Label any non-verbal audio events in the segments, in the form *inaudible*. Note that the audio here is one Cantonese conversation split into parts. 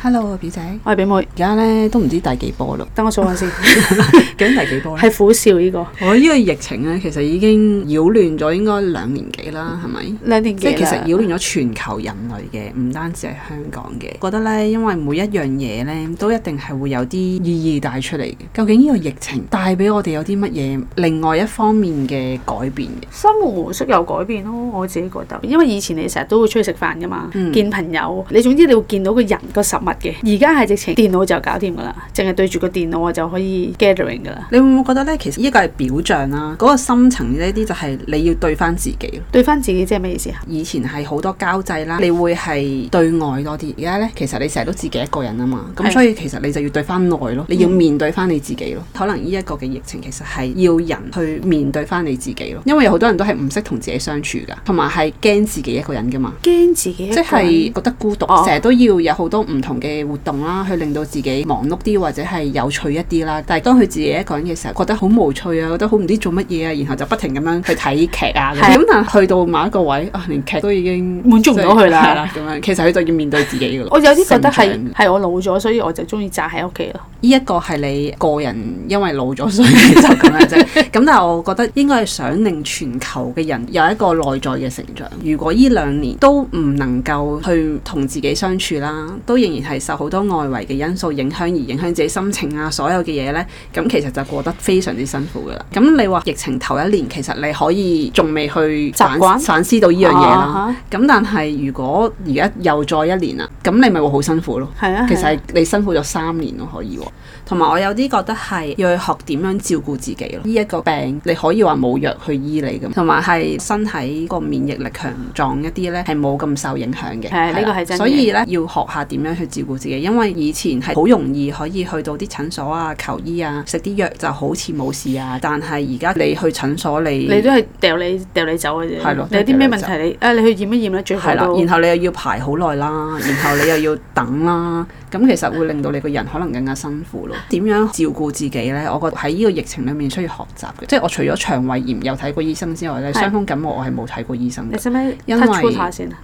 Hello，表姐，我係表妹，而家咧都唔知第幾波咯，等我數下先，究竟第幾波咧？係苦笑呢、個我呢個疫情咧，其實已經擾亂咗應該兩年幾啦，係咪？兩年幾即係其實啦擾亂咗全球人類嘅，唔單止係香港嘅。覺得咧，因為每一樣嘢咧，都一定係會有啲意義帶出嚟嘅。究竟呢個疫情帶俾我哋有啲乜嘢另外一方面嘅改變嘅？生活模式有改變咯，我自己覺得，因為以前你成日都會出去食飯噶嘛，嗯見朋友，你總之你會見到個人個實物嘅。而家係直情電腦就搞掂噶啦，淨係對住個電腦我就可以 gathering 噶啦。你會唔會覺得咧，其實呢個係表象啦，嗰、個深層呢啲就係你要對翻自己咯。對翻自己即係咩意思啊？以前係好多交際啦，你會係對外多啲。而家呢，其實你成日都自己一個人啊嘛，咁係所以其實你就要對翻內咯，你要面對翻你自己咯。可能呢一個嘅疫情其實係要人去面對翻你自己咯，因為有好多人都係唔識同自己相處噶，同埋係驚自己一個人噶嘛。驚自己一個即人係覺得孤哦獨，成日、都要有好多唔同嘅活動啦，去令到自己忙碌啲或者係有趣一啲啦。但係當佢自己一個人嘅時候，覺得好無趣啊，覺得好唔知做乜嘢啊，然後就不停咁樣去睇劇啊。係咁咁但係去到某一個位，啊，連劇都已經滿足唔到佢啦係啦，咁樣其實佢就要面對自己噶啦。我有啲覺得成係長係我老咗，所以我就中意宅喺屋企咯。呢一個係你個人，因為老咗所以就咁樣 *laughs* 啫。咁但係我覺得應該係想令全球嘅人有一個內在嘅成長。如果呢兩年都唔能夠去同自己相處啦，都仍然係受好多外圍嘅因素影響而影響自己心情啊，所有嘅嘢呢，咁其實就過得非常之辛苦噶啦。咁你話疫情頭一年，其實你可以仲未去習慣反反思到呢樣嘢啦。啊咁但係如果而家又再一年啦，咁你咪會好辛苦咯。哈係啊，其實係啊係你辛苦咗三年咯，可以喎。同埋我有啲覺得係要去學點樣照顧自己咯。呢一個病你可以話冇藥去醫你咁，同埋係身體個免疫力強壯一啲呢，係冇咁受影響嘅。係呢個啦係真嘅所以呢，要學下點樣去照顧自己，因為以前係好容易可以去到啲診所啊、求醫啊、食啲藥就好似冇事啊，但係而家你去診所你你都係掉你掉你走嘅啫。係咯你有啲掉你咩問走題你啊？你去驗一驗啦，最好係啦，都然後你又要排好耐啦，然後你又要等啦，咁其實會令到你個人可能更加辛苦咯。點樣照顧自己呢？我覺得喺呢個疫情裏面需要學習嘅，即係我除咗腸胃炎有睇過醫生之外咧，係傷風感冒我係冇睇過醫生你嘅。使唔使因為 touch wood 下先啊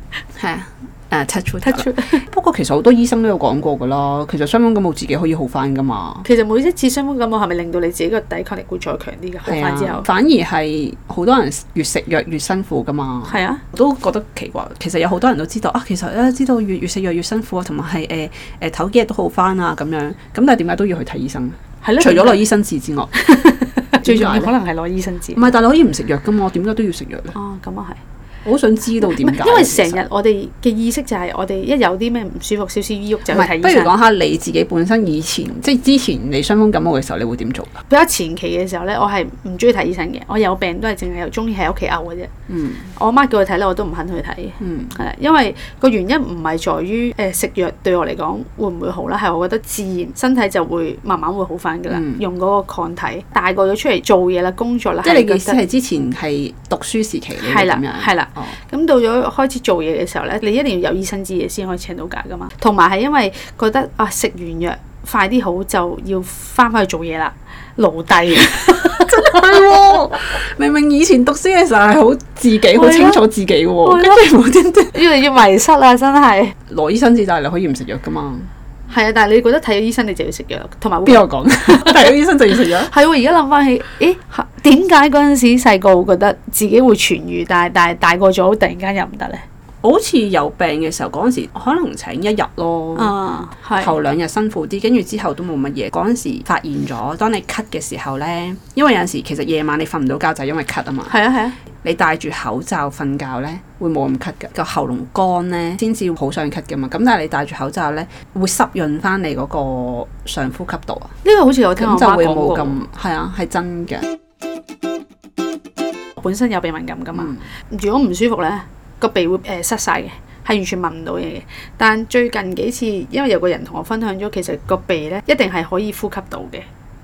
係啊，誒 touch wood ？touch wood 不過其實好多醫生都有講過噶啦，其實傷風感冒自己可以好翻噶嘛。其實每一次傷風感冒係咪令到你自己個抵抗力會再強啲嘅？好係翻之啊後，，反而係好多人越食藥越辛苦噶嘛。係啊，我都覺得奇怪。其實有好多人都知道啊，其實咧知道越越食藥越辛苦啊，同埋係誒誒唞幾日都好翻啊咁樣。咁但係點解都要去睇醫生？係咯。除咗攞醫生紙之外， *laughs* 最重要點解可呢能係攞醫生唔紙。係，但係你可以唔食藥噶嘛？點解都要食藥咧？哦，咁啊係。我好想知道點解。啊因為其成實日我哋嘅意識就係我哋一有啲咩唔舒服、少少醫郁就唔去睇係，醫不如生。講下你自己本身以前，即係之前你傷風感冒嘅時候，你會點做？比較前期嘅時候咧，我係唔中意睇醫生嘅，我有病都係淨係由中意喺屋企嘔嘅啫。嗯我媽叫我睇咧，我都唔肯去睇。嗯，係啦，因為個原因唔係在於誒、食藥對我嚟講會唔會好啦，係我覺得自然身體就會慢慢會好翻㗎啦。嗯用嗰個抗體，大個咗出嚟做嘢啦，工作啦，即係你嘅覺意思得係之前係讀書時期你係會啦咁樣？係啦哦咁到咗開始做嘢嘅時候咧，你一定要有醫生紙嘢先可以請到假噶嘛。同埋係因為覺得啊，食完藥快啲好就要翻返去做嘢啦，奴 *laughs* 隸。係喎，明明以前讀書嘅時候係好自己，係好啊清楚自己係喎，啊跟住無端端越嚟越迷失啦，真係。攞醫生紙，但係你可以唔食藥噶嘛？係啊，但係你覺得睇咗醫生你就要食藥，同埋會邊個講？ *laughs* 睇咗醫生就要食藥？係喎，而家諗翻起，咦，點解嗰陣時細個會覺得自己會痊愈，但係但係大個咗突然間又唔得咧？我好似有病嘅時候，嗰陣時可能請一日咯。啊，係頭兩日辛苦啲，跟住之後都冇乜嘢。嗰陣時發現咗，當你咳嘅時候呢，因為有陣時其實夜晚你瞓唔到覺就係因為咳啊嘛。係啊係啊，你戴住口罩瞓覺呢，會冇咁咳嘅，個喉嚨乾呢，先至好想咳嘅嘛。咁但係你戴住口罩呢，會濕潤翻你嗰個上呼吸道啊。呢個好似我聽我咁就媽會講冇過，咁係啊，係真嘅。本身有鼻敏感噶嘛。嗯如果唔舒服咧，個鼻會誒、呃塞晒嘅，係完全聞唔到嘢嘅。但最近幾次，因為有個人同我分享咗，其實個鼻咧一定係可以呼吸到嘅，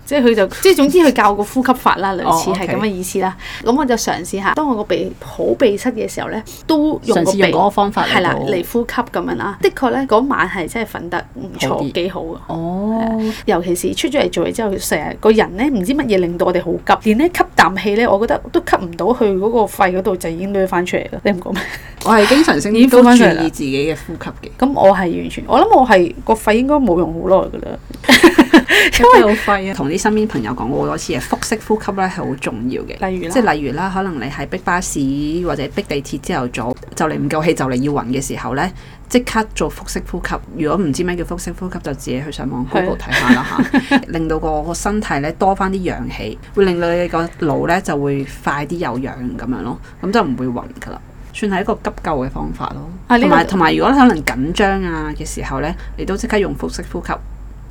即係 *laughs* 佢就即係總之佢教我個呼吸法啦，類似哦係 OK 咁嘅意思啦。咁我就嘗試下，當我個鼻好鼻塞嘅時候咧，都用嘗個試用鼻嗰個方法係啦到嚟呼吸咁樣啦。的確咧，嗰晚係真係瞓得唔好錯，啲幾好啊！哦，尤其是出咗嚟做嘢之後，成日個人咧唔知乜嘢令到我哋好急，連咧吸啖氣咧，我覺得都吸唔到去嗰個肺嗰度，就已經攣翻出嚟啦。你唔 *laughs* 講咩？我係經常性已經都呼注返上嚟啦意自己嘅呼吸嘅，咁我係完全，我諗我係個肺應該冇用好耐噶啦。因為好 *laughs* 廢啊！同啲身邊朋友講過好多次嘅腹式呼吸咧係好重要嘅。例如啦，即係例如啦，可能你係逼巴士或者逼地鐵朝頭早就嚟唔夠氣就嚟要暈嘅時候呢，即刻做腹式呼吸。如果唔知咩叫腹式呼吸，就自己去上網係 Google 睇下啦 *laughs* 嚇，令到個身體呢多翻啲氧氣，會令到你個腦呢就會快啲有氧咁樣咯，咁就唔會暈噶啦。算係一個急救嘅方法咯，啊呢同個埋同埋，如果可能緊張啊嘅時候呢，你都即刻用腹式呼吸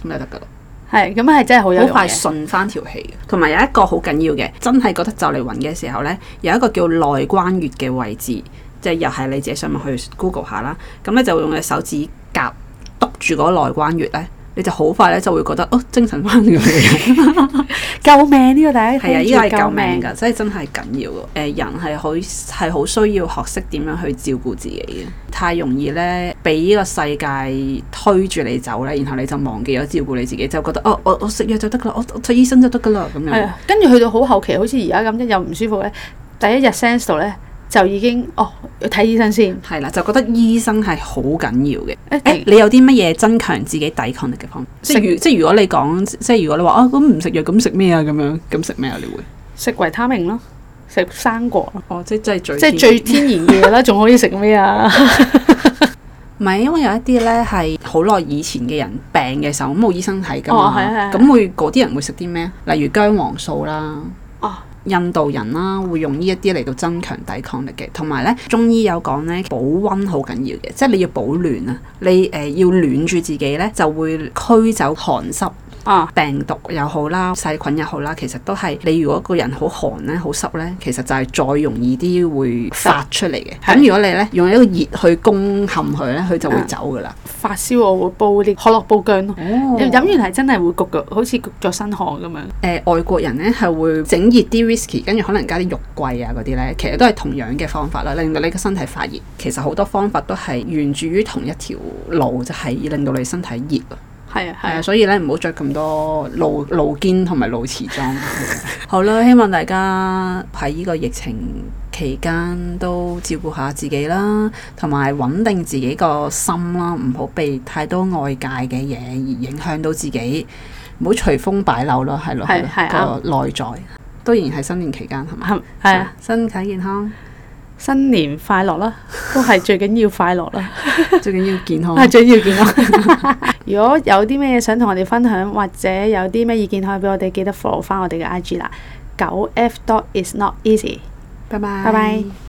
咁就得噶啦。係咁啊係真係好有好用快嘅。順翻條氣嘅。同埋有一個好緊要嘅，真係覺得就嚟暈嘅時候呢，有一個叫內關穴嘅位置，即係又係你自己上網去 Google 下啦。咁咧就會用隻手指甲篤住嗰個內關穴呢，你就好快咧就會覺得哦精神翻咗嚟。救命呢個大係家啊，聽依住個係救命㗎，真係真係緊要㗎。誒、人係好係好需要學識點樣去照顧自己嘅，太容易呢，俾呢個世界推住你走咧，然後你就忘記咗照顧你自己，就覺得哦我我食藥就得㗎啦，我我睇醫生就得㗎啦咁樣係。啊，跟住去到好後期，好似而家咁，一有唔舒服咧，第一日 sense 到咧就已經哦要睇醫生先。係啦，就覺得醫生係好緊要嘅。誒、誒，你有啲乜嘢增強自己抵抗力嘅方法？即係如即係如果你講，即係如果你話啊，咁唔食藥咁食咩啊？咁樣咁食咩啊？你會食維他命咯，食生果咯，哦，即係即係最即係最天然嘅 *laughs* 嘢啦，仲可以食咩啊？唔係，因為有一啲咧係好耐以前嘅人病嘅時候冇醫生睇㗎哦係嘛啊，係啊咁會嗰啲人會食啲咩？例如姜黃素啦。哦印度人啦，會用呢一啲嚟到增強抵抗力嘅，同埋咧中醫有講咧保温好緊要嘅，即係你要保暖啊，你誒、呃要暖住自己咧，就會驅走寒濕。啊，病毒又好啦，細菌又好啦，其實都係你如果個人好寒咧、好濕咧，其實就係再容易啲會發出嚟嘅。係咁如果你咧用一個熱去攻陷佢咧，佢就會嗯走噶啦。發燒我會煲啲可樂煲薑咯。哦飲完係真係會焗腳，好似焗咗身汗咁樣。誒、呃外國人咧係會整熱啲 whisky，跟住可能加啲肉桂啊嗰啲咧，其實都係同樣嘅方法啦，令到你個身體發熱。其實好多方法都係源住於同一條路，就係、令到你身體熱啊。係啊，係係啊，啊，所以咧唔好着咁多露露肩同埋露臍裝。 *laughs* 好啦，希望大家喺呢個疫情期間都照顧下自己啦，同埋穩定自己個心啦，唔好被太多外界嘅嘢而影響到自己，唔好隨風擺柳咯，係咯，係係咯個內在都仍然係新年期間係嘛？係係啊，，身體健康新年快樂啦，都係最緊要快樂啦，最緊要健康。 *laughs* 係最緊要健康。 *laughs* 如果有啲咩想同我哋分享，或者有啲咩意見可以俾我哋，記得 follow 翻我哋嘅 IG 啦。九 F dot is not easy。拜拜，拜拜。